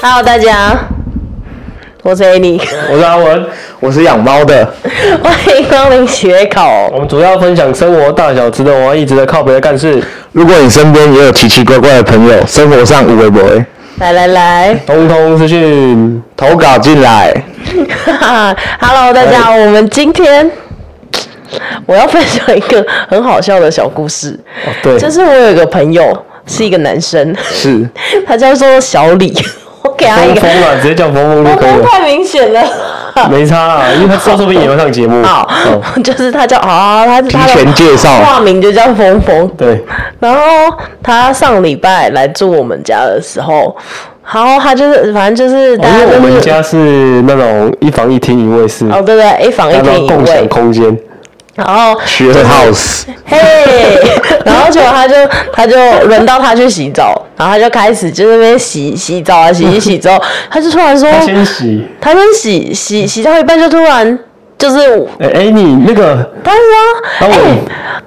Hello，大家，我是 Annie， 我是阿文，我是养猫的，欢迎光临学考。我们主要分享生活大小，值得我们一直的靠别的干事。如果你身边也有奇奇怪怪的朋友，生活上无微不微，来来来 通通资讯，投稿进来。哈哈，Hello，大家，我们今天我要分享一个很好笑的小故事，哦哦对，就是我有一个朋友是一个男生，是， 他叫做小李， 我给他一峰个，峰啊，直接叫峰峰就可以峰峰了，太明显了。哦没差啊，因为他说不定也会上节目。哦好， 就是他叫啊，他他提前的介化绍，名就叫峰峰，对，然后他上礼拜来住我们家的时候，然后他就是反正就是大哦因家为都我们是家是那种一房一厅一卫室，哦对对，一房一然厅后一共享卫，空间，然后学 house，嘿，然后结果他就 他就轮到他去洗澡，然后他就开始就在那边洗洗澡啊，洗一洗之后，他就突然说，哎先洗。他们洗洗洗到一半就突然就是哎哎，你那个他说：“阿哎、文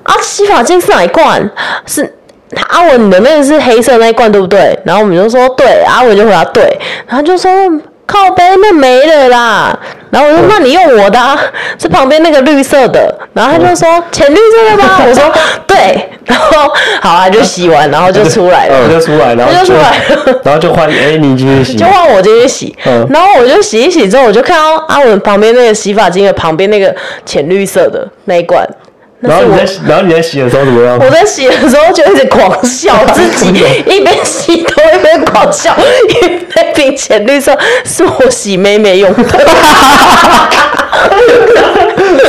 啊，洗发精是哪一罐？是阿文你的那个是黑色那一罐对不对？”然后我们就说：“对。”阿文就回答：“对。”然后就说：“靠背那没了啦。”然后我说：“那你用我的、啊，是旁边那个绿色的。”然后他就说：“浅绿色的吗？”我说：“对。”然后好，他就洗完，然后就出来了。他嗯就出来，然后他就出来了然后就换哎你继续洗就，换我进去洗，嗯然后我就洗一洗之后，我就看到阿文旁边那个洗发精的旁边那个浅绿色的那一罐，然那后是你我在洗然后你在洗的时候怎么样？我在洗的时候就一直狂笑，自 己哎一边洗头一边狂笑，因为那瓶浅绿色是我洗妹妹 用的。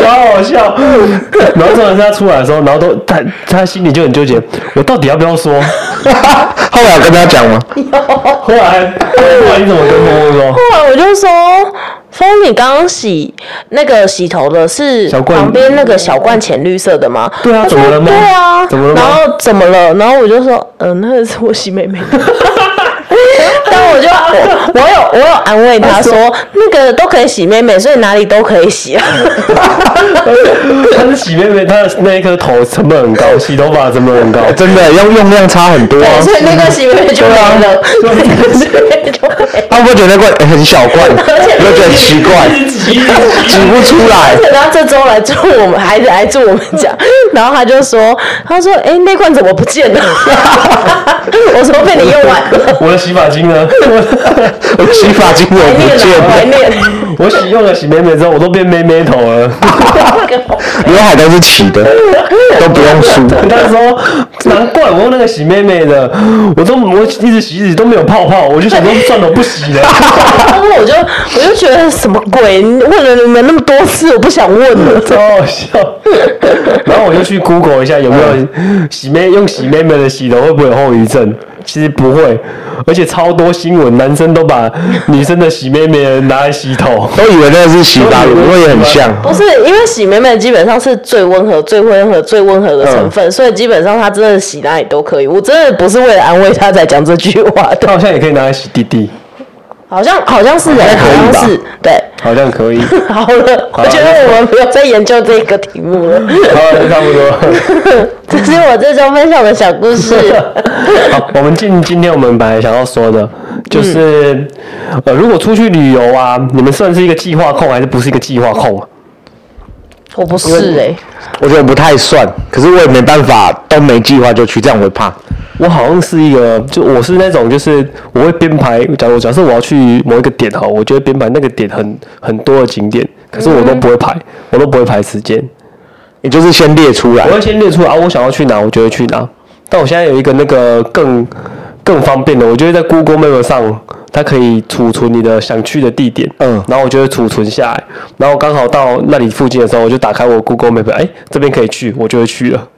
超好笑。嗯 然后重点是他出来的时候，然后都他他心里就很纠结，我到底要不要说？ 后来有跟他讲吗？ 后来后来你怎么跟峰峰说？后来我就说：“峰，你刚刚洗那个洗头的是小罐旁边那个小罐浅绿色的吗？”对啊他说怎么了吗对啊，怎么了吗然后怎么了？然后我就说：“嗯、那个是我洗妹 妹的。”但我就我我有我有安慰他说：“那个都可以洗妹妹，所以哪里都可以洗啊。”他是洗妹妹，他的那一颗头成本很高，洗头发成本很高。真的要用量差很多、啊对，，所以那个洗面就没了，哦对 啊那个洗面就没了。他会不会觉得那罐、很小罐，且会觉得很奇 怪，挤不出来而。且他这周来住我们，还来住我们家， 然后他就说，他说，哎、那罐怎么不见 了？我说被你用完了，我的洗发精 呢？我洗发精我怀不念见了，怀了，念。 我洗用了洗妹妹之后，我都变妹妹头 了。刘海都是齐 的，都不用梳。他说难怪我用那个洗妹妹的，我都我一直洗一直都没有泡泡，我就想说算了，我不洗 了。然后我就我就觉得什么鬼？问了你们那么多次，我不想问了。超好笑。然后我就去 Google 一下有没嗯有洗妹用洗妹妹的洗头会不会有后遗症？其实不会，而且超多新闻，男生都把女生的洗妹妹拿来洗 头。都以为那是洗发乳，不过也很像。不是因为洗妹妹基本上是最温和、最温和、最温和的成嗯分，所以基本上她真的洗哪里都可以。我真的不是为了安慰她才讲这句话的，它好像也可以拿来洗弟弟，好像好像是哎、好可以吧像是对。 好像可 以。好了，我觉得我们不要再研究这个题目了。好，差不多。这是我这周分享的小故事。好，我们进今天我们本来想要说的，就是、嗯呃，如果出去旅游啊，你们算是一个计划控还是不是一个计划控啊？我不是哎、我觉得不太算，可是我也没办法，都没计划就去，这样我会怕。我好像是一个，就我是那种，就是我会编排。假如假设我要去某一个点哈，我就会编排那个点很很多的景点，可是我都不会排，我都不会排时间。你就是先列出来我，会先列出来啊，我想要去哪，我就会去哪。但我现在有一个那个更更方便的，我就会在 Google Map 上，它可以储存你的想去的地点，嗯然后我就会储存下来。然后刚好到那里附近的时候，我就打开我 Google Map，哎，这边可以去，我就会去了。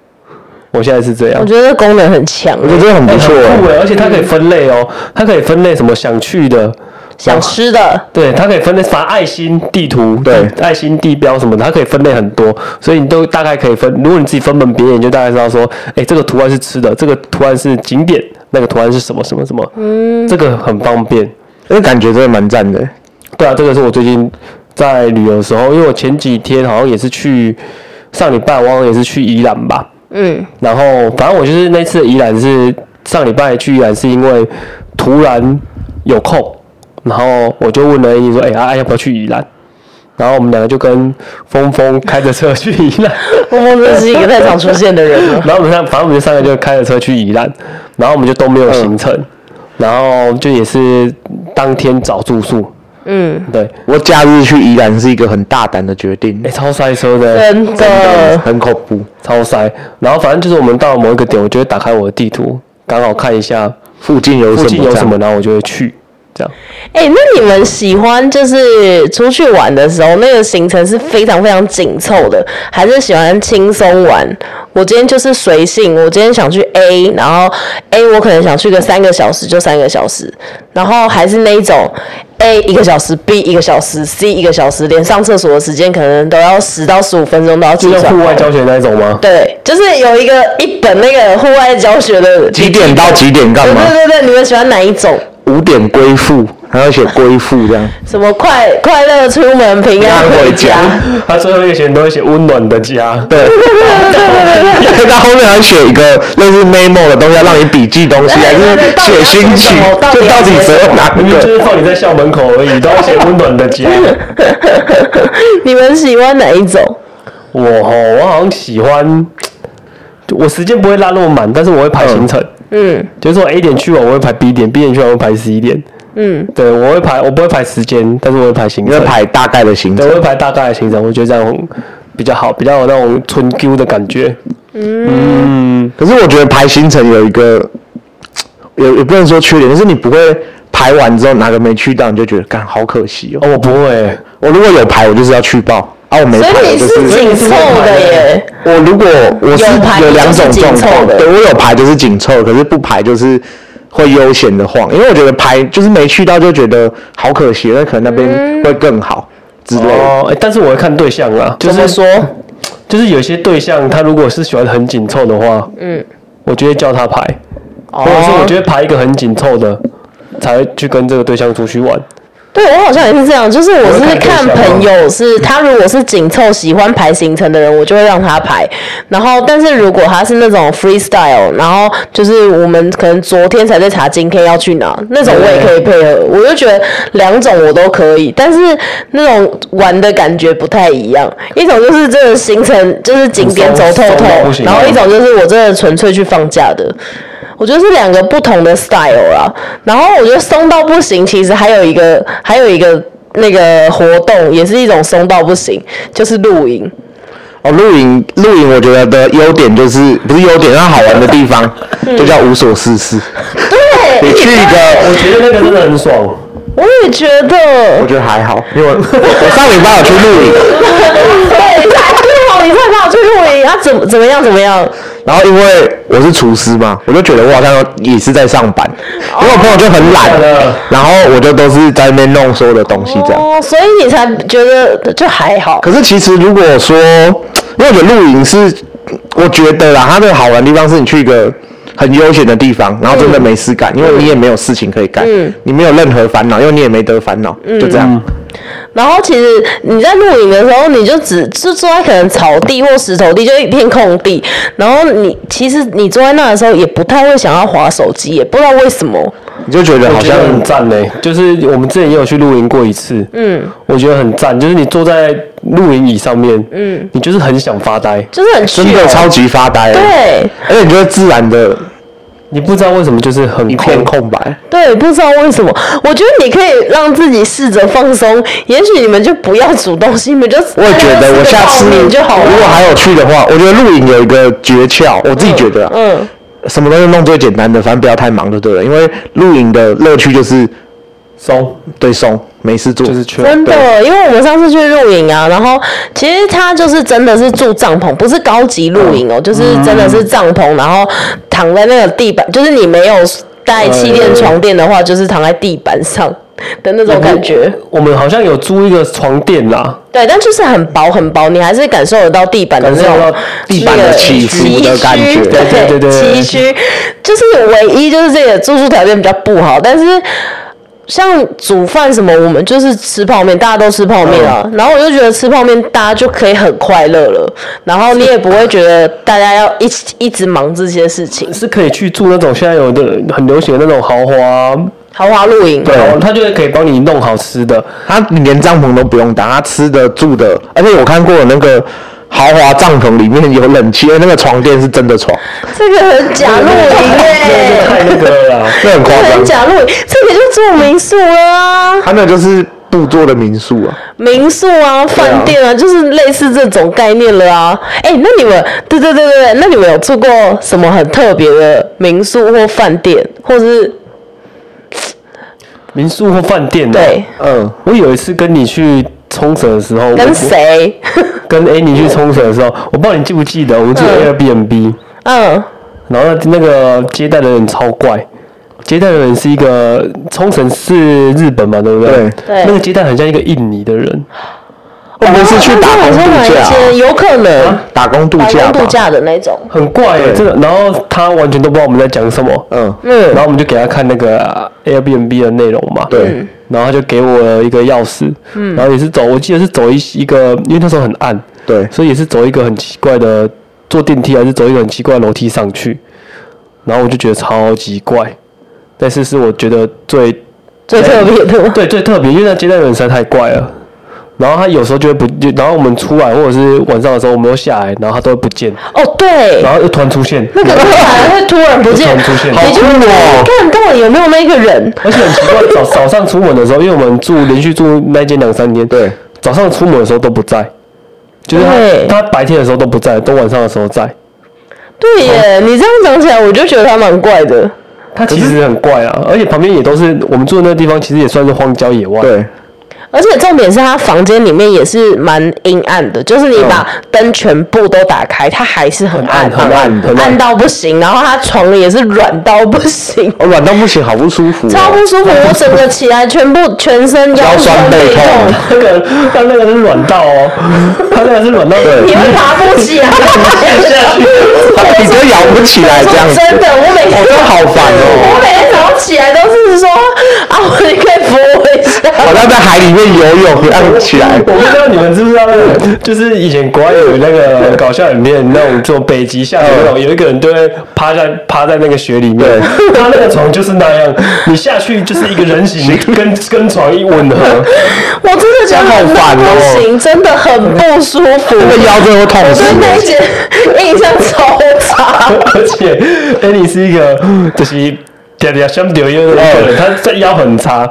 我现在是这样我。觉得这功能很强，欸我觉得这个很不错、很酷欸。欸而且它可以分类哦，它可以分类什么想去的，想吃的。对，它可以分类啥爱心地图，对地爱心地标什么的，它可以分类很多，所以你都大概可以分。如果你自己分门别类，你就大概知道说，哎，这个图案是吃的，这个图案是景点，那个图案是什么什么什么，嗯，这个很方便。那感觉真的蛮赞的、欸。对啊，这个是我最近在旅游的时候，因为我前几天好像也是去上礼拜，我好像也是去宜兰吧，嗯，然后反正我就是那次的宜兰是上礼拜去宜兰是因为突然有空，然后我就问了 A 说：“哎、阿、啊、要不要去宜兰？”然后我们两个就跟峰峰开着车去宜 兰，峰峰真是一个太常出现的人 了。然后我们三，反正我们三个就开着车去宜兰，然后我们就都没有行程，嗯然后就也是当天找住宿，嗯，对，我假日去宜兰是一个很大胆的决定哎、，超塞车的，真的，很恐怖。超塞。然后反正就是我们到某一个点，我就会打开我的地图，刚好看一下附近有什附么？近有什么，？然后我就会去。这样，哎、那你们喜欢就是出去玩的时候，那个行程是非常非常紧凑的，还是喜欢轻松玩？我今天就是随性，我今天想去 A，然后 A 我可能想去个三个小时，就三个小时，然后还是那一种 A 一个小时，B 一个小时，C 一个小时，连上厕所的时间可能都要十到十五分钟都要计就像算户。外教学那一种吗？对，就是有一个一本那个户外教学 的几点到几点干对嘛？对对，你们喜欢哪一种？五点归附，还要写归附这样。 什么快快乐出门，平安回家。他最后一个选都会写温暖的家，对，到后面还写一个类似 memo 的东西，要让你笔记东西，还是写心情，就到底谁有哪明明就是个？放你在校门口而 已，都要写温暖的家。你们喜欢哪一种？我哦，我好像喜欢，我时间不会拉那么满，但是我会排行程。嗯，就是说 A 点去完，我会排 B 点；B 点去完，我会排 C 点。嗯，对，我会排，我不会排时间，但是我会排行你要程。排大概的行对，程我，会排大概的行程，我觉得这样比较好，比较有那种春 Q 的感觉。可是我觉得排行程有一个，有也不能说缺点，就是你不会排完之后哪个没去到，你就觉得干好可惜哦。哦，我不会欸，我如果有排，我就是要去报啊，我没排所以我你就是紧凑的耶，我如果我是有排有两种就是紧状凑况，的对我有排就是紧凑，可是不排就是会悠闲的晃，因为我觉得排就是没去到就觉得好可惜，那可能那嗯边会更好之类的。哦，欸但是我会看对象啊，就怎么是说，就是有些对象他如果是喜欢很紧凑的话，嗯，我就会叫他排，哦或者说我就会排一个很紧凑的，才会去跟这个对象出去玩。对我好像也是这样，就是我是看朋友是他如果是紧凑喜欢排行程的人，我就会让他排。然后，但是如果他是那种 freestyle，然后就是我们可能昨天才在查今天要去哪，那种我也可以配合。我就觉得两种我都可以，但是那种玩的感觉不太一样。一种就是真的行程就是景点走透透松松到不，行然后一种就是我真的纯粹去放假的。我觉得是两个不同的 style 啦。然后我觉得松到不行，其实还有一个还有一个那个活动，也是一种松到不行，就是露营。哦，露营露营，我觉得的优点就是不是优点，它好玩的地方嗯就叫无所事事。对，你去一个，我觉得那个真的很爽，我也觉得我，觉得还好，因为我我上礼拜有去露营，对，你才对哦，你才跑去露营，啊，怎么怎么样怎么样？然后因为我是厨师嘛，我就觉得我好像也是在上班，因为我朋友就很懒哦，然后我就都是在那边弄所有的东西这样。哦，所以你才觉得就还好。可是其实如果说，因为我觉得露营是，我觉得啦，它的好玩的地方是你去一个很悠闲的地方，然后真的没事嗯干，因为你也没有事情可以干，你没有任何烦恼，因为你也没得烦恼，就这样。然后其实你在露营的时候，你就只就坐在可能草地或石头地，就一片空地。然后你其实你坐在那的时候，也不太会想要划手机，也不知道为什么。你就觉得好嗯我觉像得很赞嘞。就是我们之前也有去露营过一次，嗯，我觉得很赞，就是你坐在露营椅上面，嗯，你就是很想发呆，就是很真的 chill 超级发呆，，对而且你就会自然的你不知道为什么就是很一片空白。对，不知道为什么，我觉得你可以让自己试着放松。也许你们就不要煮东西，你们就我也觉哎得我下次你就好了。如果还有去的话，我觉得露营有一个诀窍，我自己觉得、啊，嗯，什么东西弄最简单的，反正不要太忙就对了，因为露营的乐趣就是松，对松，没事做，就是去真的，因为我们上次去露营啊，然后其实他就是真的是住帐篷，不是高级露营哦，就是真的是帐篷，然后躺在那个地板，就是你没有带气垫床垫的话，就是躺在地板上的那种感觉。我们好像有租一个床垫啦，对，但就是很薄很薄，你还是感受得到地板的那感受种到地板的起伏的感觉对对对对对对崎岖，就是唯一就是这个住宿条件比较不好，但是。像煮饭什么，我们就是吃泡面，大家都吃泡面啊。然后我就觉得吃泡面，大家就可以很快乐了。然后你也不会觉得大家要一起一直忙这些事情。是可以去住那种现在有的很流行的那种豪华豪华露营，对然后他就会可以帮你弄好吃的，他连帐篷都不用搭，他吃的住的，而且我看过那个豪华帐篷里面有冷气，哎而那个床垫是真的床，这个很假露营这哎、太那个了啦。那很这夸个很张。假露营，这个就住民宿了啊，他那就是布做的民宿啊，民宿啊，饭店啊，就是类似这种概念了啊。哎、那你们，对对对对对，那你们有住过什么很特别的民宿或饭店，或是民宿或饭店的。对，嗯，我有一次跟你去冲绳的时候，跟我？谁？ 跟 Annie 去冲绳的时候，我不知道你记不记得，我们住嗯 Airbnb，、嗯，然后那个接待的人超怪。接待的人是一个冲绳是日本嘛，对不对？对对那个接待很像一个印尼的人，哦会不会是去打工度假啊、有可能打工度打假工吧度。假的那种。很怪、欸，对真的。然后他完全都不知道我们在讲什么，嗯，嗯然后我们就给他看那个啊 Airbnb 的内容嘛，嗯对。然后他就给我一个钥匙，然后也是走，我记得是走一一个，因为那时候很暗，对，所以也是走一个很奇怪的，坐电梯还是走一个很奇怪的楼梯上去，然后我就觉得超级怪，但是是我觉得最最特别 的，对最特别，因为那接待人实在太怪了。然后他有时候就会不，就然后我们出来或者是晚上的时候，我们又下来，然后他都会不见，哦，对，然后又突然出现，那个突然会突然不见，突然出现你就好酷哦看到底有没有那个人，而且很奇怪，早早上出门的时候，因为我们住连续住那间两三天，对，早上出门的时候都不在，就是对他他白天的时候都不在，都晚上的时候在。对耶，你这样讲起来，我就觉得他蛮怪的。他其实很怪啊，而且旁边也都是我们住的那个地方，其实也算是荒郊野外。对，而且重点是他房间里面也是蛮阴暗的，就是你把灯全部都打开，它还是很暗，很暗很暗很暗暗到不行。然后他床也是软到不行，我软到哦不行，好不舒服、哦。超不舒服。我整个起来全部全身腰腰酸背背痛痛，那个他那个是软到哦，他那个是软到你会爬不起来。你都摇不起来这样我说子，真的，我每天我真的好烦我哦。每天早上起来都是说啊，我你可以扶我一下。好像在海里面游泳这样起来，我不知道你们知不知道那个，就是以前国外有那个搞笑影片，那种做北极下雪那种，有一个人就会趴在趴在那个雪里面，他那个床就是那样，你下去就是一个人形， 跟跟床一吻合，我真的觉得很好烦哦不行，真的很不舒服。那个腰真的会痛我死对那一我。节印象超差。而且 Annie 是一个就是嗲嗲相丢又那个人，他这腰很差，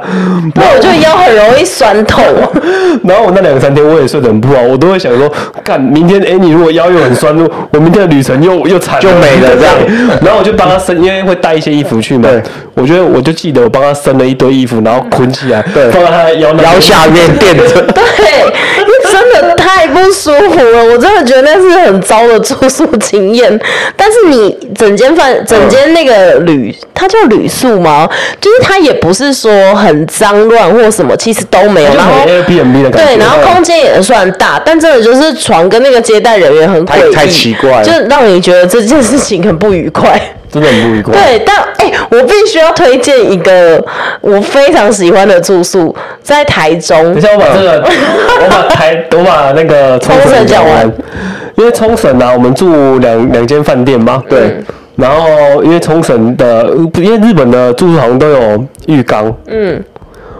那我就腰很容易酸痛。 然后我那两三天我也睡得很不好，我都会想说，干，明天哎、你如果腰又很酸，我明天的旅程又 又惨就没了这样 对然后我就帮他生，因为会带一些衣服去嘛对，我觉得我就记得我帮他生了一堆衣服，然后捆起来，对放在他的腰那边腰下面垫着，对，你真的太不舒服了，我真的觉得那是很糟的住宿经验。但是你整间饭，整间那个旅，它叫旅宿吗？就是它也不是说很脏乱或什么，其实都没有。就然后很 Airbnb 的感觉。对，然后空间也算大，但真的就是床跟那个接待人员很太诡异，太奇怪了就让你觉得这件事情很不愉快。真的很不愉快。对，但哎、我必须要推荐一个我非常喜欢的住宿，在台中等一。下，我把这个， 我把台，我把那个冲嗯冲绳绳讲完完，因为冲绳啊，我们住两两间饭店嗯嘛，对。然后，因为冲绳的，不因为日本的住宿好像都有浴缸，嗯，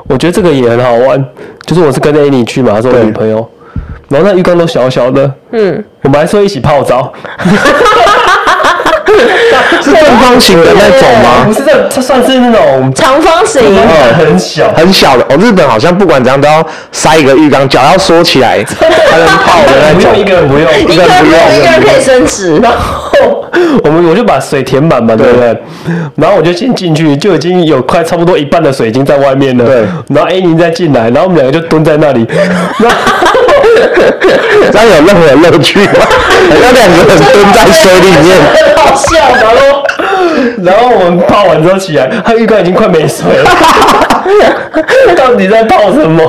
我觉得这个也很好玩。就是我是跟 Annie 去嘛，她是我女朋友，嗯然后那浴缸都小小的，嗯，我们还说一起泡澡，是正方形的那种不吗？是这，这算是那种长方形，很小，很小的哦，日本好像不管怎样都要塞一个浴缸，脚要缩起来才能泡的那不用一种。个人不用，一个人不没用有一个人可以伸直。 然后我们我就把水填满嘛，对不对？然后我就先进去，就已经有快差不多一半的水已经在外面了。对然后 A 宁再进来，然后我们两个就蹲在那里，然后这样有任何乐趣吗？好像两个人蹲在水里面，很好笑，然后 然后我们泡完之后起来，它浴缸已经快没水了， 到底在泡什么？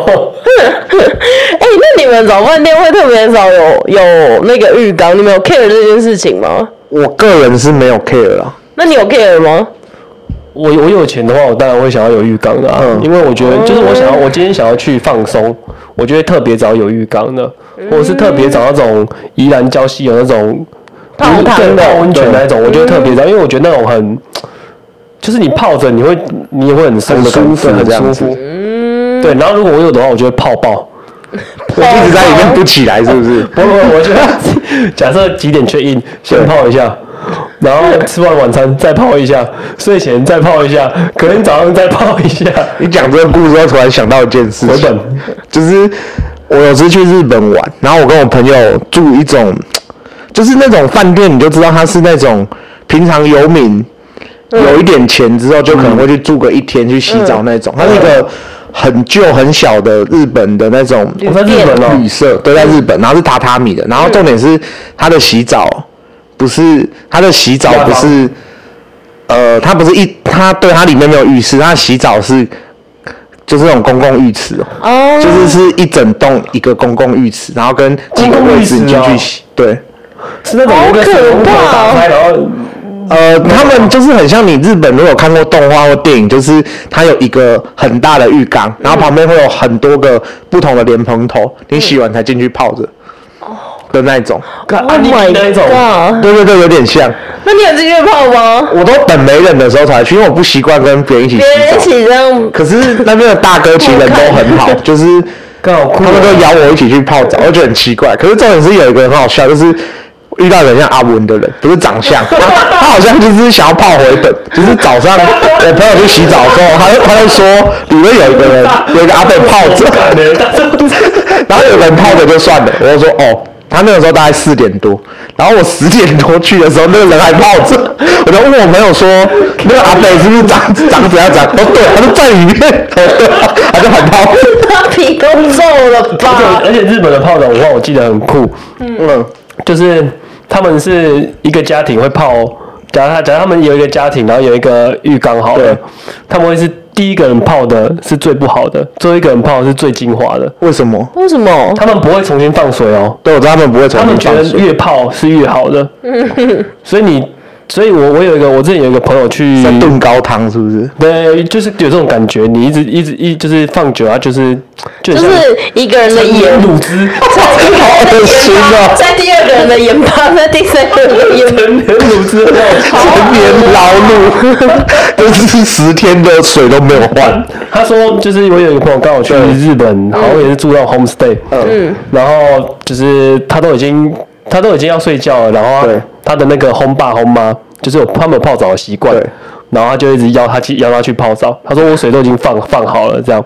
哎、那你们早饭店会特别少有有那个浴缸，你们有 care 这件事情吗？我个人是没有 care 啊啦。那你有 care 吗？我我有钱的话，我当然会想要有浴缸的、啊，嗯因为我觉得就是我想要，我今天想要去放松，我就会特别找有浴缸的，我是特别找那种宜兰礁溪有那种泡汤的对泡温泉那种，我就会特别找，因为我觉得那种很。就是你泡着，你会你也会很生的很舒服对很这样舒子服。对，然后如果我有的话，我就会泡爆。我一直在里面不起来，是不是？不不，我就假设几点确定，先泡一下，然后吃完晚餐再泡一下，睡前再泡一下，隔天早上再泡一下。 你讲这个故事之后，突然想到一件事回情本，就是我有次去日本玩，然后我跟我朋友住一种，就是那种饭店，你就知道它是那种平常游民嗯有一点钱之后，就可能会去住个一天去洗澡那种。嗯它是一个很旧很小的日本的那种我在日本哦旅，社，对，在日本，然后是榻榻米的，然后重点是它的洗澡不是它的洗澡不是，呃，它不是一，它对它里面没有浴室，它洗澡是就是那种公共浴池哦，哦，就是是一整栋一个公共浴池，然后跟几个公共位浴置池你进哦去洗，对。是那种一个好可水龙头怕哦打开，然后呃，他们就是很像你日本，如果有看过动画或电影，就是它有一个很大的浴缸，然后旁边会有很多个不同的莲蓬头，你洗完才进去泡着。的那一种，看 Oh 安利啊那一 my 种。哦 god！对对对，有点像。那你有进去泡吗？我都等没人的时候才去，因为我不习惯跟别人一起洗别人一澡。起这 样，可是那边的大哥其实人都很 好，就是刚好酷啊他们都邀我一起去泡澡，我觉得很奇怪。可是重点是有一个很好笑，就是遇到人像阿文的人，不是长相，他他好像就是想要泡回本，就是 早上我朋友去洗澡的时候，他就他就说里面有一个人，有一个阿贝泡着， 然后有人泡着就算了，我就说哦。他那个时候大概四点多，然后我十点多去的时候，那个人还泡着，我就问我朋友说，那个阿北是不是长长怎样长？哦，对，他就在里面，哦对他就很泡，他皮都皱了吧？而且日本的泡澡文化我记得很酷，嗯，就是他们是一个家庭会泡，假如他假如他们有一个家庭，然后有一个浴缸好了对，他们会是第一个人泡的是最不好的，最后一个人泡的是最精华的，为什么？为什么？他们不会重新放水哦，对，我知道他们不会重他们新觉放得水，嗯越泡是越好的，所以你，所以我我有一个我之前有一个朋友去在炖高汤是不是？对，就是有这种感觉，你一直一直一就是放久啊，就是就就很像是一个人的盐盐，卤汁，好恶心哦在第二个人的盐巴，在第三个人的盐巴， 盐 卤汁很好吃。成年劳碌，就是十天的水都没有换， 他说，就是我有一个朋友刚好去日本，好像也是住到 homestay，嗯，然后就是他都已经他都已经要睡觉了，然后对他他的那个轰爸轰妈就是有他们有泡澡的习惯对，然后他就一直邀他去邀他去泡澡，他说我水都已经放放好了这样，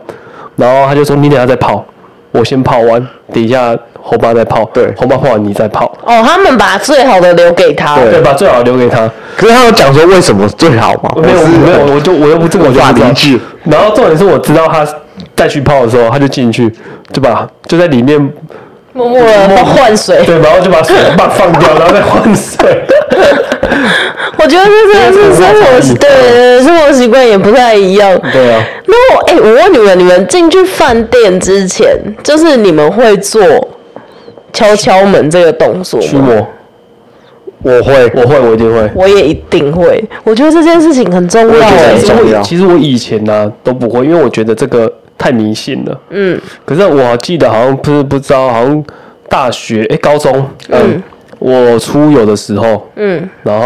然后他就说你等一下再泡，我先泡完，等一下轰爸再泡，对轰爸泡完你再泡，哦，他们把最好的留给他，对对，把最好的留给他。可是他有讲说为什么最好吗？没有我是没有，我就我又不这个我就无法不知道理解然后重点是我知道他再去泡的时候，他就进去，就把就在里面默默的换水。对，然后就把 水把放掉，然后再换水。我觉得这真的是生活习，对对对生活习惯也不太一样。对啊，那我哎、我问你们，你们进去饭店之前，就是你们会做敲敲门这个动作驱吗？魔，我会，我会，我一定会。我也一定会，我觉得这件事情很重要、觉得哎很其实重我要其实我以前呢、都不会，因为我觉得这个太迷信了。嗯。可是我记得好像不是不知道，好像大学哎、高中嗯，我出游的时候嗯，然后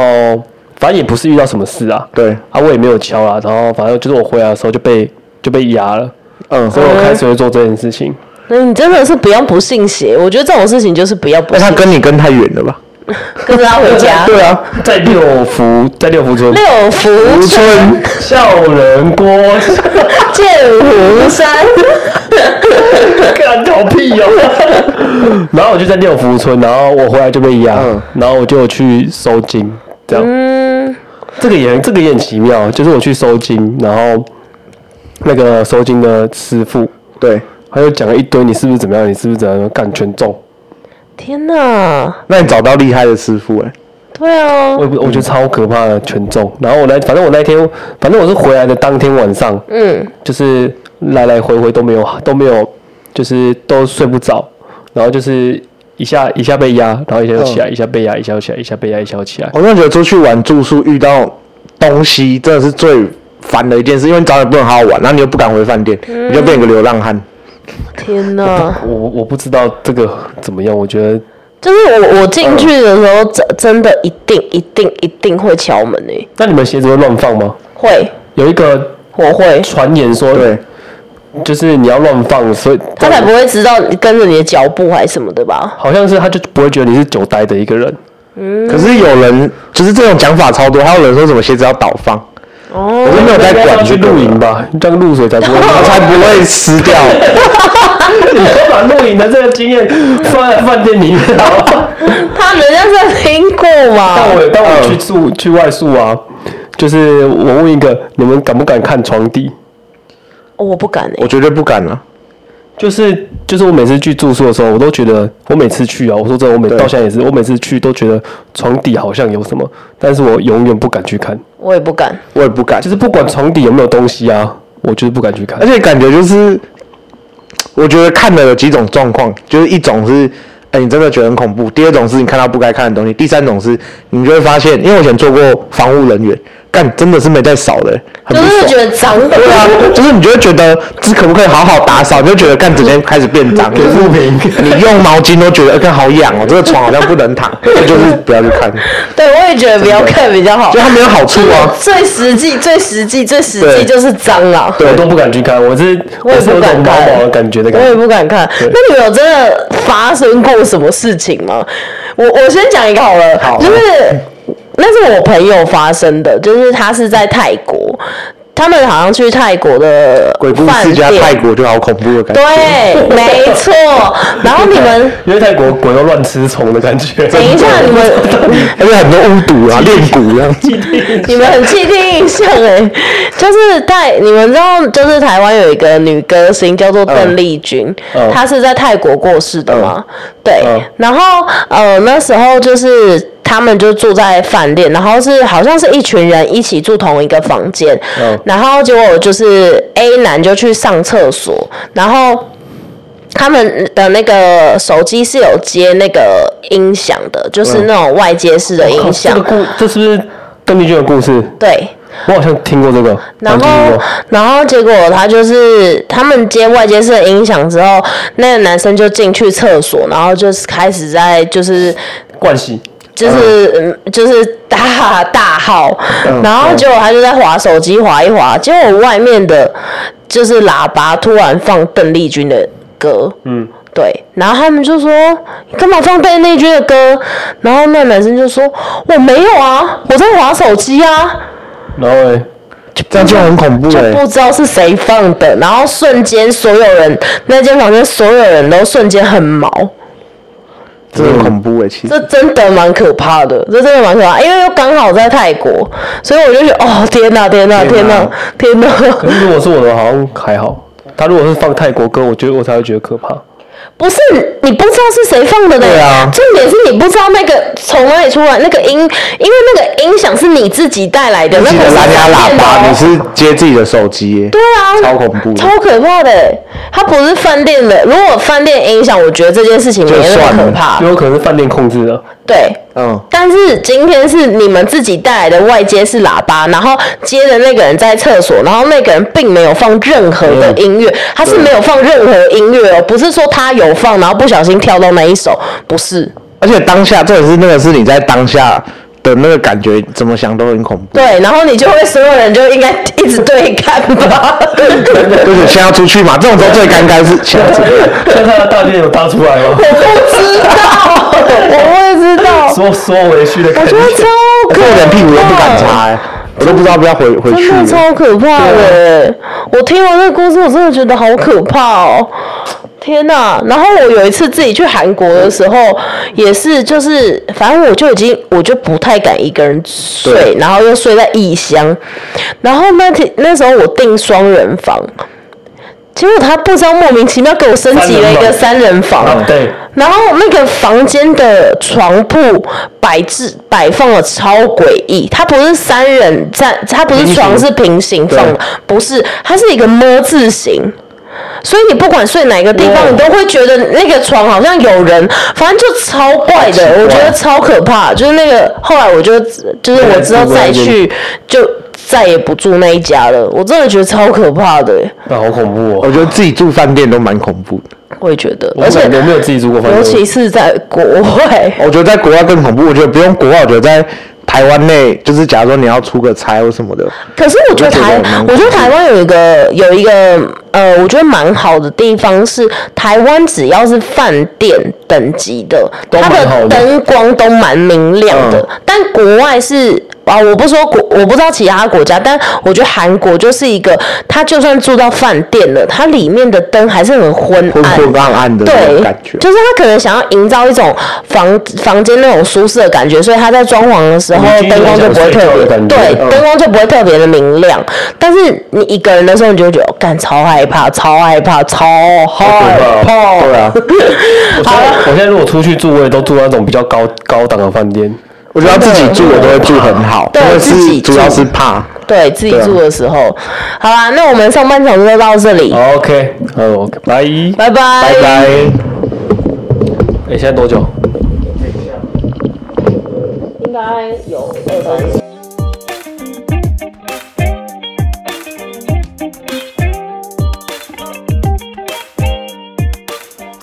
反正也不是遇到什么事啊，对啊我也没有敲啊，然后反正就是我回来的时候就被就被压了，嗯，所以我开始会做这件事情。那你真的是不要不信邪，我觉得这种事情就是不要不那信他邪，跟你跟太远了吧？跟着他回家。 对啊，在六福，在六福村，六福吴村，孝仁锅，见湖 山，干搞屁哦！ 然后我就在六福村，然后我回来就被压，嗯然后我就去收金，这样。嗯，这个也这个也很奇妙，就是我去收金，然后那个收金的师傅对，他就讲了一堆，你是不是怎么样，你是不是怎么样，干全中。天哪，那你找到厉害的师傅哎，对啊我，也不我觉得嗯超可怕的全中。然后我那反正我那天反正我是回来的当天晚上，嗯，就是来来回回都没有都没有，就是都睡不着，然后就是一下一下被压，然后一下又嗯起来，一下被压，一下又起来，一下被压，一下又起来。我真的觉得出去玩住宿遇到东西真的是最烦的一件事，因为你早点不能好好玩，然后你又不敢回饭店，嗯你就变一个流浪汉。天哪。我我不知道这个怎么样，我觉得就是我我进去的时候，真、真的一定一定一定会敲门诶、欸那你们鞋子会乱放吗？会，有一个我会，传言说，对，就是你要乱放，所以他才不会知道你跟着你的脚步还是什么的吧？好像是他就不会觉得你是酒呆的一个人。嗯可是有人就是这种讲法超多，还有人说什么鞋子要倒放，哦我就没有在应该要管去这个露了营，吧，这样露水才不会。他才不会湿掉。 你都把露营的这个经验放在饭店里面。 他人家是听过但嘛？ 我但我去住去外宿啊，就是我问一个，你们敢不敢看床底？我不敢哎、我绝对不敢啊了。就是就是我每次去住宿的时候，我都觉得我每次去啊，我说真的，我每对到现在也是，我每次去都觉得床底好像有什么，但是我永远不敢去看，我也不敢。我也不敢就，是不管床底有没有东西啊，我就是不敢去看而。且感觉就是，我觉得看了有几种状况，就是一种是，哎、你真的觉得很恐怖；第二种是你看到不该看的东西；第三种是你就会发现，因为我以前做过防务人员，干真的是没在扫的，很就不是爽觉。得脏，对对啊，就是你就会觉得这可不可以好好打扫，你就觉得干整天开始变脏，就是你用毛巾都觉得，呃干、好痒哦，这个床好像不能躺，这就是不要去看，对，我也觉得不要看比较好就。它没有好处啊。最实际、最实际、最实际对就是脏啊！我都不敢去看，我是我也是有不敢种毛看毛的感觉的我感也觉。不敢看。那你们有真的发生过什么事情吗？我我先讲一个好了，好啊就是那是我朋友发生的，就是他是在泰国，他们好像去泰国的鬼故饭事加店泰国就好恐怖的感觉。对，没错。然后你 们因为泰国鬼都乱吃虫的感觉。等一下，你们而且很多巫毒啊、练蛊这样。 你们很气听印象哎、就是在你们知道，就是台湾有一个女歌星叫做邓丽君，嗯她是在泰国过世的嘛？对，嗯然后呃那时候就是。他们就住在饭店，然后是好像是一群人一起住同一个房间，嗯然后结果就是 A 男就去上厕所，然后他们的那个手机是有接那个音响的，就是那种外接式的音响嗯哦这个，故，这是不是邓丽君的故事？对，我好像听过这个，然好像后听过，然后结果他就是他们接外接式的音响之后，那个男生就进去厕所，然后就是开始在就是冠希，就是嗯就是大 大号，然后结果他就在划手机划一划，结果外面的就是喇叭突然放邓丽君的歌，嗯。对，然后他们就说你干嘛放邓丽君的歌？然后那个男生就说我没有啊，我在划手机啊。然后嘞，这样就很恐怖就哎、不知道是谁放的，然后瞬间所有人那间房间所有人都瞬间很毛，这很恐怖哎、其实这真的蛮可怕的，这真的蛮可怕，因为又刚好在泰国，所以我就觉得哦天哪天哪天天哪哪天哪，可是如果是我的，好像还好。他如果是放泰国歌，我觉得我才会觉得可怕。不是你不知道是谁放的呢？对啊重点是你不知道那个从哪里出来那个音，因为那个音响是你自己带来的，那记个得是蓝诈牙骗喇的叭，哦你是接自己的手机、欸，对啊，超恐怖的超可怕的欸。它不是饭店的，如果饭店音响，我觉得这件事情没就那算么了可怕。有可能是饭店控制的，对，嗯，但是今天是你们自己带来的外接是喇叭，然后接的那个人在厕所，然后那个人并没有放任何的音乐，他是没有放任何音乐哦，不是说他有放，然后不小心跳到那一首，不是。而且当下，这也是那个是你在当下的那个感觉，怎么想都很恐怖。对，然后你就会所有人就应该一直对看吧。就是先要出去嘛，这种时候最尴尬是先要出去。像他的大便有搭出来 我？吗 不知道， 我不知 道，缩缩回去的我感觉觉。啊得超可可怕，我连屁股都不敢擦、欸，我都不知道要不要回回去真的了。超可怕的欸、我听完这个故事，我真的觉得好可怕哦！天呐！然后我有一次自己去韩国的时候，也是就是，反正我就已经我就不太敢一个人睡对，然后又睡在异乡。然后那天那时候我订双人房，结果他不知道莫名其妙给我升级了一个三人房。啊，对，然后那个房间的床铺摆置摆放的超诡异，它不是三人站，它不是床是平行放的，不是，它是一个么字形。所以你不管睡哪个地方，哇你都会觉得那个床好像有人，反正就超怪的，我觉得超可怕。就是那个后来我就就是我之后再去就再也不住那一家了，我真的觉得超可怕的，那好恐怖我哦。觉得自己住饭店都蛮恐怖的，我也觉得，我而且没有我没有自己住过饭尤店，其是在国外。我觉得在国外更恐怖。我觉得不用国外，我觉得在台湾内，就是假如说你要出个差或什么的，可是我觉得台我就觉得蛮，我觉得台湾有一个有一个呃，我觉得蛮好的地方是，台湾只要是饭店等级的，都它蛮好的的灯光都蛮明亮的。嗯但国外是啊，我不说国，我不知道其他国家，但我觉得韩国就是一个，它就算住到饭店了，它里面的灯还是很昏昏暗。昏暗暗的那对种感觉，，就是他可能想要营造一种房房间那种舒适的感觉，所以他在装潢的时候你进去灯光就不会特很想睡别觉的感觉对，嗯灯光就不会特别的明亮。但是你一个人的时候，你就会觉得哦干超害怕，超害怕，超害 怕。对啊，我啊现在我现在如果出去住，我也都住那种比较高高档的饭店。我觉得自己住我都会住很好，对因为自己是住主要是怕，对自己对啊住的时候，好啦，那我们上半场就到这里， OK，嗯，OK，拜。拜拜拜拜。哎，现在多久？应该有二三十。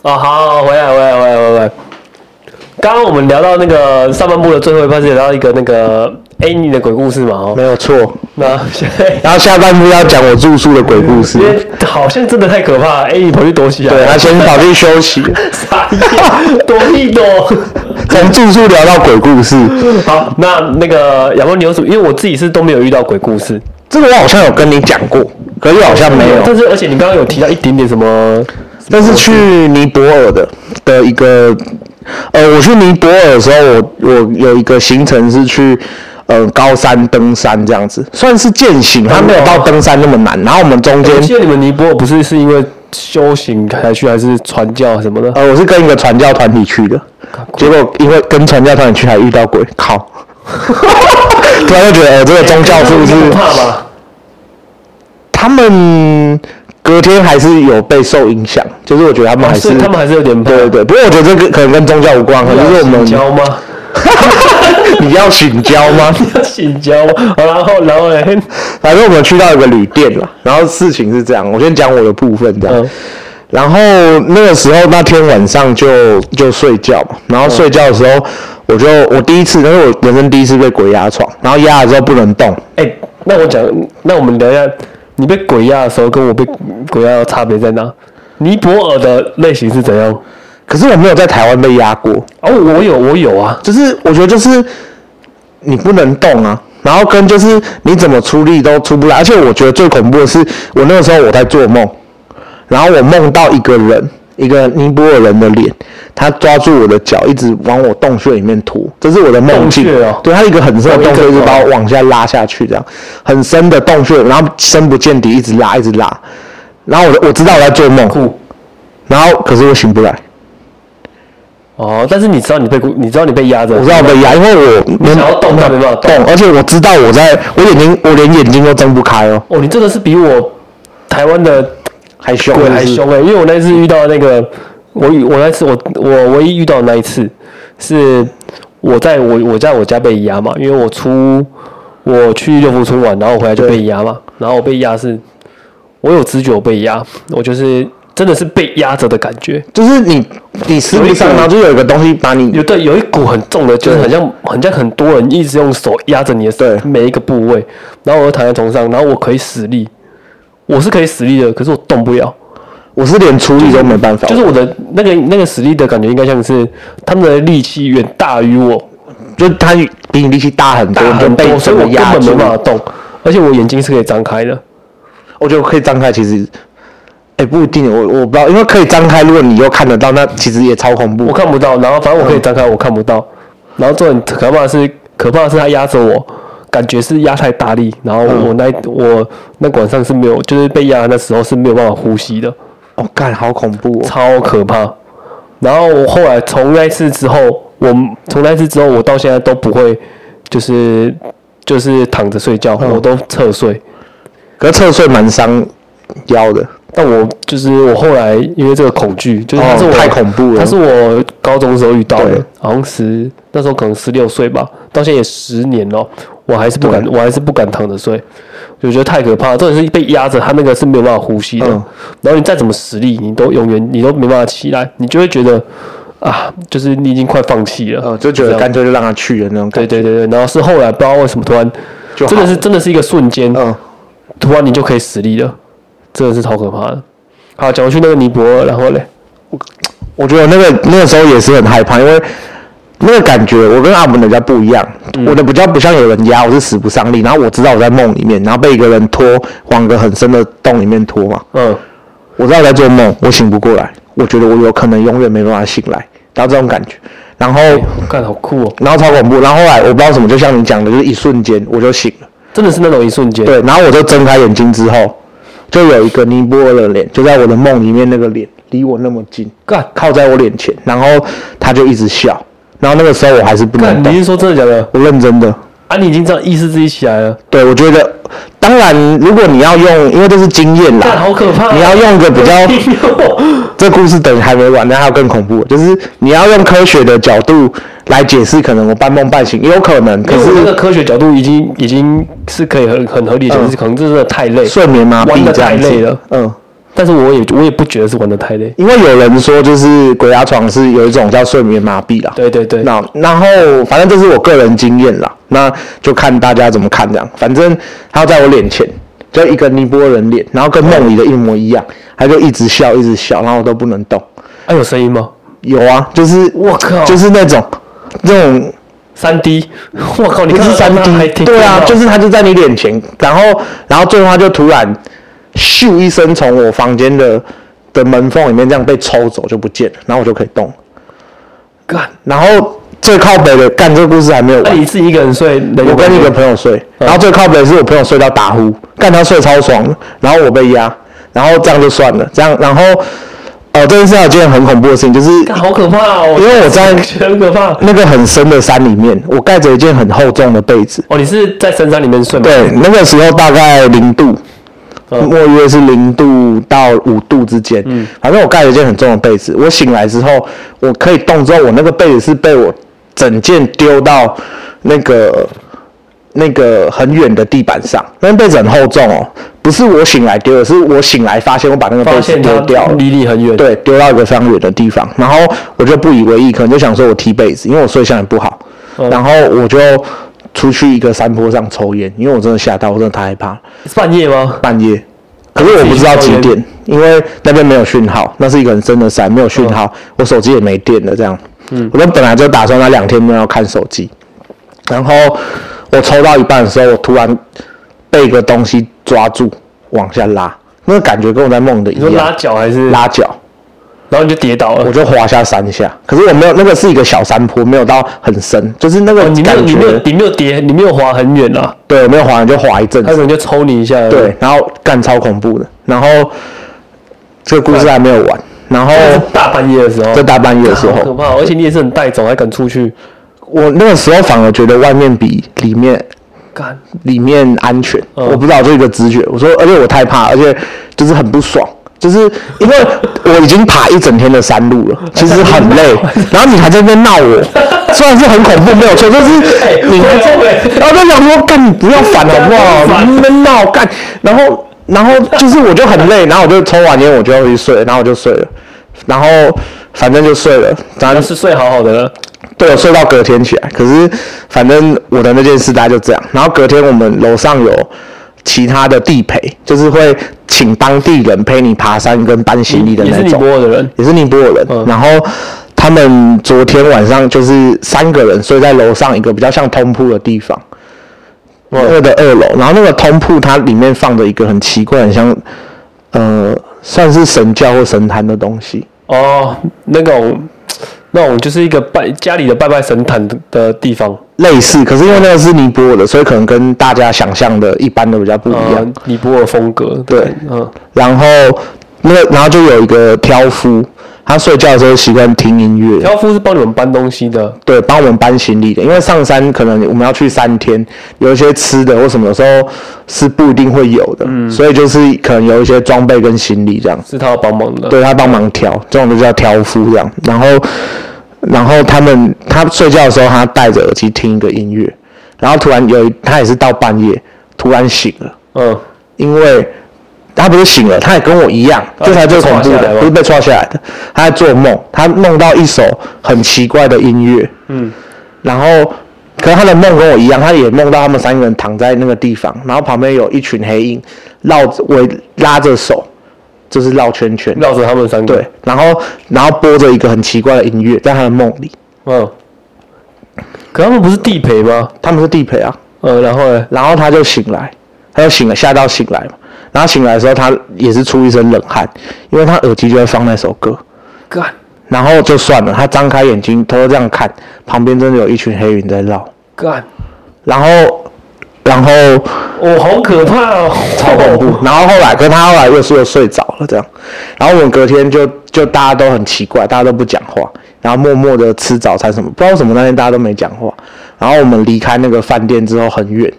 哦，好，回来，回来，回来，回来。刚刚我们聊到那个上半部的最后一趴，是聊到一个那个 Annie 的鬼故事嘛？哦没，有错。那现在然后下半部要讲我住宿的鬼故事因，嗯为好像真的太可怕了，Annie 跑去躲起来，对他先跑去 休息，傻眼， 躲一躲。从住宿聊到鬼故事，好，那那个亚波，你有什么？因为我自己是都没有遇到鬼故事，这个我好像有跟你讲过，可是好像没有。嗯但是而且你刚刚有提到一点点什么？那是去尼泊尔的的一个，呃，我去尼泊尔的时候，我我有一个行程是去。呃，高山登山这样子算是践行，它没有到登山那么难。然后我们中间我，嗯记得你们尼泊尔不是是因为修行才去，还是传教什么的？呃，我是跟一个传教团体去的，结果因为跟传教团体去还遇到鬼，靠！ 突然就觉得，呃，这个宗教是不是你不怕吧？他们隔天还是有被受影响，就是我觉得他们还是、哦是他们还是有点怕。对对，不过我觉得这个可能跟宗教无关，可能是我们教吗？ 你要请教吗？请教吗？好然后然后嘞，反正我们去到一个旅店了，然后事情是这样，我先讲我的部分这样。嗯然后那个时候那天晚上就就睡觉嘛，然后睡觉的时候、我就我第一次，那是我人生第一次被鬼压床，然后压了之后不能动，哎，那我讲，那我们聊一下，你被鬼压的时候跟我被鬼压的差别在哪？尼泊尔的类型是怎样？可是我没有在台湾被压过，哦，我有我有啊，就是我觉得就是你不能动啊，然后跟就是你怎么出力都出不来，而且我觉得最恐怖的是，我那个时候我在做梦，然后我梦到一个人，一个尼泊尔人的脸，他抓住我的脚，一直往我洞穴里面拖，这是我的梦境洞穴哦对，他一个很深的洞哦穴，一就个是把我往下拉下去，这样很深的洞穴，然后深不见底，一直拉，一直拉，然后我我知道我在做梦，酷然后可是我醒不来，哦，但是你知道你被你知道你被压着，我知道我被压，因为我没想要动但没办法动，动。而且我知道我在，我眼睛，我连眼睛都睁不开哦，哦，你真的是比我台湾的还凶，鬼还就是凶哎、因为我那次遇到那个，我遇我那次我我唯一遇到的那一次是我在我我在我家被压嘛，因为我出我去六福村玩，然后我回来就被压嘛，然后我被压是，我有知觉我被压，我就是真的是被压着的感觉，就是你，你吃有不一上，股然后就有一个东西把你有对有一股很重的，就是对很像很像很多人一直用手压着你的对每一个部位，然后我就躺在床上，然后我可以使力，我是可以使力的，可是我动不了。我是连出力都没办法，就是我的那个那个实力的感觉，应该像是他们的力气远大于我，就他比你力气大很多，大你就很被多，所以我根整个压本住没办法动，而且我眼睛是可以张开的。我觉得可以张开，其实，哎，不一定，我我不知道，因为可以张开，如果你又看得到，那其实也超恐我怖，看不到，然后反正我可以张开，我看不到。然后这很可怕的是，可怕的是他压着我，感觉是压太大力，然后我那、我那晚上是没有，就是被压的那时候是没有办法呼吸的，哦，干，好恐怖哦，超可怕。然后我后来从那次之后，我从那次之后，我到现在都不会，就是就是躺着睡觉，我都侧睡。可是侧睡蛮伤腰的，但我就是我后来因为这个恐惧，就是哦它是我、太恐怖了它是我高中时候遇到的对，好像十那时候可能十六岁吧，到现在也十年了，我还是不敢，我还是不敢躺着睡，我觉得太可怕了。重点是被压着，它那个是没有办法呼吸的，嗯然后你再怎么实力，你都永远你都没办法起来，你就会觉得啊，就是你已经快放弃了，呃，就觉这得样干脆就让他去的那种感对对觉。对对，然后是后来不知道为什么突然，就真的好是真的是一个瞬间，嗯，突然你就可以实力了，真的是超可怕的。好，讲回去那个尼泊尔，然后嘞，我觉得那个那个时候也是很害怕，因为那个感觉我跟阿文的比较不一样，我的比较不像有人压，我是使不上力，然后我知道我在梦里面，然后被一个人拖往个很深的洞里面拖嘛，嗯，我知道我在做梦，我醒不过来，我觉得我有可能永远没办法醒来，然后这种感觉，然后看好酷哦，然后超恐怖，然后后来我不知道怎么，就像你讲的，就是一瞬间我就醒了。真的是那种一瞬间，对，然后我就睁开眼睛之后，就有一个尼泊尔的脸，就在我的梦里面，那个脸离我那么近，干靠在我脸前，然后他就一直笑，然后那个时候我还是不能干，你动，是说真的假的？我认真的。啊，你已经这样意识自己起来 了，对，我觉得，当然，如果你要用，因为这是经验干啦，好可怕哦！你要用个 比较，这故事等还没完，那还有更恐怖的，就是你要用科学的角度来解释，可能我半梦半醒，也有可能，可可是那个是科学角度已经已经是可以很很合理的解释，嗯可能真的太累，睡眠麻玩痹得这太样累子了，。嗯。但是我也我也不觉得是玩的太累，因为有人说，就是鬼压床是有一种叫睡眠麻痹啦。对对对那然后反正这是我个人经验啦，那就看大家怎么看这样。反正他在我脸前，就一个尼泊尔人脸，然后跟梦里的一模一样，他就一直笑一直笑，然后我都不能动。啊，有声音吗？有啊，就是我靠就是那种那种三 D，我 靠，你不看是到三它还 D，挺对啊，酷的就是他就在你脸前，然后然后最后他就突然咻一声从我房间的的门缝里面这样被抽走就不见了，然后我就可以动了。干，然后最靠北的，干这个故事还没有那完。你自己一个人睡，人我有跟一个朋友睡，然后最靠北的是我朋友睡到打呼，干他睡超爽的，然后我被压，然后这样就算了，这样然后呃这件事还有一件很恐怖的事情，就是干好可怕哦，因为我在觉 得很可怕。那个很深的山里面，我盖着一件很厚重的被子，哦，你是在深山里面睡吗？对，那个时候大概零度，嗯莫约是零度到五度之间。反正我盖了一件很重的被子，我醒来之后，我可以动之后，我那个被子是被我整件丢到那个那个很远的地板上，那被子很厚重哦，不是我醒来丢的，是我醒来发现我把那个被发子现丢它掉了。离你很远，，对，丢到一个非常远的地方，然后我就不以为意，可能就想说我踢被子，因为我睡相也不好，嗯然后我就出去一个山坡上抽烟，因为我真的吓到，我真的太害怕了，是半夜吗？半夜，可是我不知道几自己抽点，因为那边没有讯号，那是一个很深的山，没有讯号，嗯我手机也没电了，这样，嗯，我就本来就打算那两天没有看手机，然后我抽到一半的时候，我突然被一个东西抓住，往下拉，那个感觉跟我在梦的一你说拉样，脚还是？拉脚。然后你就跌倒了我。就滑下山下，可是我没有那个是一个小山坡，没有到很深，就是那个哦，你没有，感你觉，没有，你没有跌，你没有滑很远啊，对，我没有滑完就滑一阵他可子，能就抽你一下而已。对，然后干超恐怖的，然后这个故事还没有完，然后哦，大半夜的时候，在大半夜的时好可候，怕哦，而且你也是很带走，还敢出去我那个时候反而觉得外面比里面干？里面安全，嗯我不知道这个直觉。我说，而且我太怕，而且就是很不爽，就是因为我已经爬一整天的山 路了，其实很累，然后你还在那边闹我，虽然是很恐怖没 有错，但是哎你还在会不，会然后就想说，干你不要烦好不不要 好？烦你在那边闹干，然后然后就是我就很累，然后我就抽完烟我就要回去睡，然后我就睡了，然后反正就睡了，然后那是睡好好的了，对，我睡到隔天起来。可是反正我的那件事大概就这样。然后隔天我们楼上有其他的地陪，就是会请当地人陪你爬山跟搬行李的嗯也那是尼种泊，尔的人，嗯也是尼泊尔人。然后他们昨天晚上就是三个人睡在楼上一个比较像通铺的地方。嗯那的二楼，然后那个通铺它里面放着一个很奇怪，很像，呃，算是神教或神坛的东西。哦，那种那种就是一个拜家里的拜拜神坛的的地方，类似，可是因为那个是尼泊尔的，所以可能跟大家想象的一般的比较不一样。呃，尼泊尔风格，对嗯，然后那然后就有一个挑夫，他睡觉的时候习惯听音乐，挑夫是帮你们搬东西的，对，帮我们搬行李的。因为上山可能我们要去三天，有一些吃的或什么，有时候是不一定会有的，所以就是可能有一些装备跟行李这样。是他要帮忙的，对他帮忙挑，这种就叫挑夫这样。然后，然后他们他睡觉的时候，他戴着耳机听一个音乐，然后突然有一他也是到半夜突然醒了，嗯，因为他不是醒了，他也跟我一样，他这才最恐怖哦被抓下来的，吗不是被抓下来的，他在做梦，他梦到一首很奇怪的音乐，嗯，然后可是他的梦跟我一样，他也梦到他们三个人躺在那个地方，然后旁边有一群黑影绕着围拉着手，就是绕圈圈，绕着他们三个，对，，然后然后播着一个很奇怪的音乐，在他的梦里，嗯。可他们不是地陪吗？他们是地陪啊，呃，然后呢？然后他就醒来，他就醒了，吓到醒来嘛。然后醒来的时候，他也是出一身冷汗，因为他耳机就在放那首歌。干然后就算了，他张开眼睛，偷偷这样看，旁边真的有一群黑云在绕。干，然后，然后哦，好可怕哦，超恐怖。然后后来，可是他后来又是又睡着了这样。然后我们隔天就就大家都很奇怪，大家都不讲话，然后默默的吃早餐什么，不知道为什么那天大家都没讲话。然后我们离开那个饭店之后很远，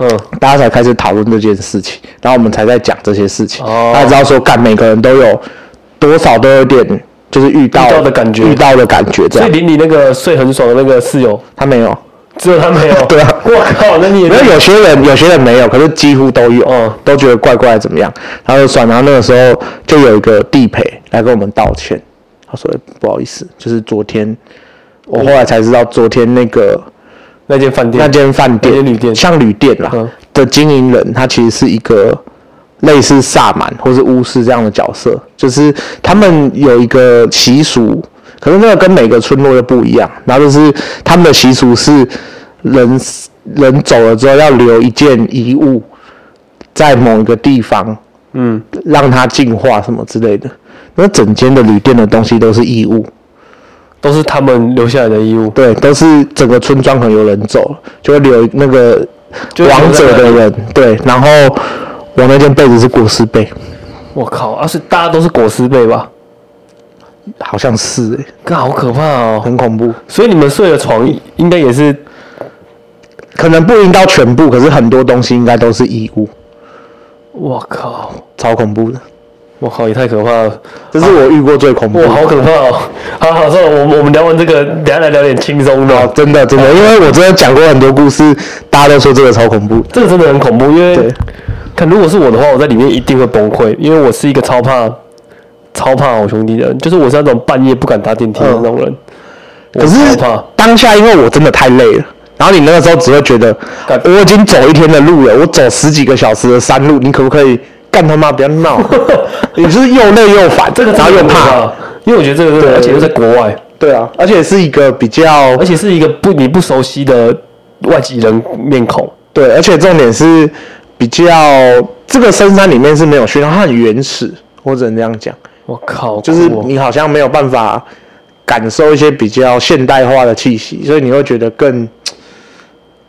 嗯，大家才开始讨论这件事情，然后我们才在讲这些事情，哦大家知道说，干每个人都有多少都有点就是遇到遇到的感觉遇到的感觉这所以样。邻里那个睡很爽的那个室友，他没有，只有他没有。 对啊我靠，那你也因为有些人有些人没有，可是几乎都有，哦都觉得怪怪的怎么样，然后就算，然后那个时候就有一个地陪来跟我们道歉，他说哎不好意思，就是昨天我后来才知道，昨天那个那间饭店，那间饭店、那间旅店像旅店啦、嗯的经营人，他其实是一个类似萨满或是巫师这样的角色，就是他们有一个习俗，可是那个跟每个村落又不一样。然后就是他们的习俗是人人走了之后要留一件遗物在某一个地方，嗯，让它净化什么之类的。那整间的旅店的东西都是义务，都是他们留下来的衣物，对，都是整个村庄可能有人走了，就会留那个就是王者的人，对。然后我那件被子是裹尸被，我靠，啊是大家都是裹尸被吧？好像是、欸，干，好可怕哦！很恐怖。所以你们睡的床应该也是可能不应到全部，可是很多东西应该都是义务，我靠，超恐怖的。我靠，也太可怕了！这是我遇过最恐怖哇，的。好可怕哦！好好，算了，我们我们聊完这个，等一下来聊点轻松的哦。真的真的，因为我真的讲过很多故事，大家都说这个超恐怖的。这个真的很恐怖，因为对看如果是我的话，我在里面一定会崩溃，因为我是一个超怕、超怕好兄弟的人，就是我是那种半夜不敢搭电梯的那种人。我嗯可是超怕当下因为我真的太累了，然后你那个时候只会觉得干，我已经走一天的路了，我走十几个小时的山路，你可不可以干他妈不要 闹？你是又累又烦，这个然后又真的啊很可怕，怕，因为我觉得这个真的，对而且又在国外，对啊，而且是一个比较而且是一个不你不熟悉的外籍人面孔。对，而且重点是比较这个深山里面是没有讯号，它很原始，我只能这样讲，我靠，就是酷哦你好像没有办法感受一些比较现代化的气息，所以你会觉得更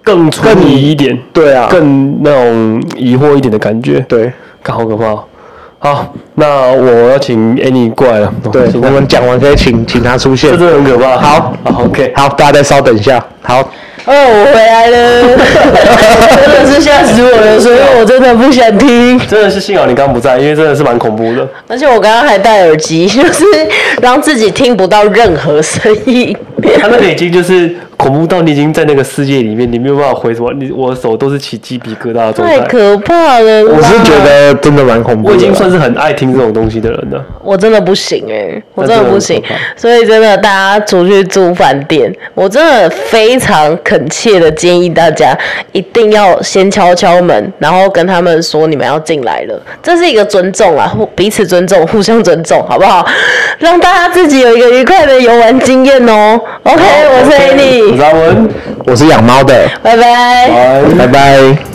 更粗更迷一点，对啊，更那种疑惑一点的感觉。对干，好可怕哦。好，那我要请 Annie 过来了。哦对，请我她们讲完可以请请他出现这。真的很可怕。好好，OK，好，大家再稍等一下。好，哦，我回来了，真的是吓死我了，所以我真的不想听。真的是幸好你刚刚不在，因为真的是蛮恐怖的。而且我刚刚还戴耳机， 就是让自己听不到任何声音。他那个已经就是恐怖到你已经在那个世界里面，你没有办法回什么，你我手都是起鸡皮疙瘩的状太态。可怕了！我我是觉得真的蛮恐怖的我啦。已经算是很爱听这种东西的人了。我真的不行哎、我真那真的的很不行可怕，所以真的大家出去住饭店，我真的非常恳切的建议大家一定要先敲敲门，然后跟他们说你们要进来了，这是一个尊重啊，互彼此尊重，互相尊重，好不好？ 让大家自己有一个愉快的游玩经验哦。OK，我是我 Annie，是阿文。我是养猫的，哎拜拜。拜拜。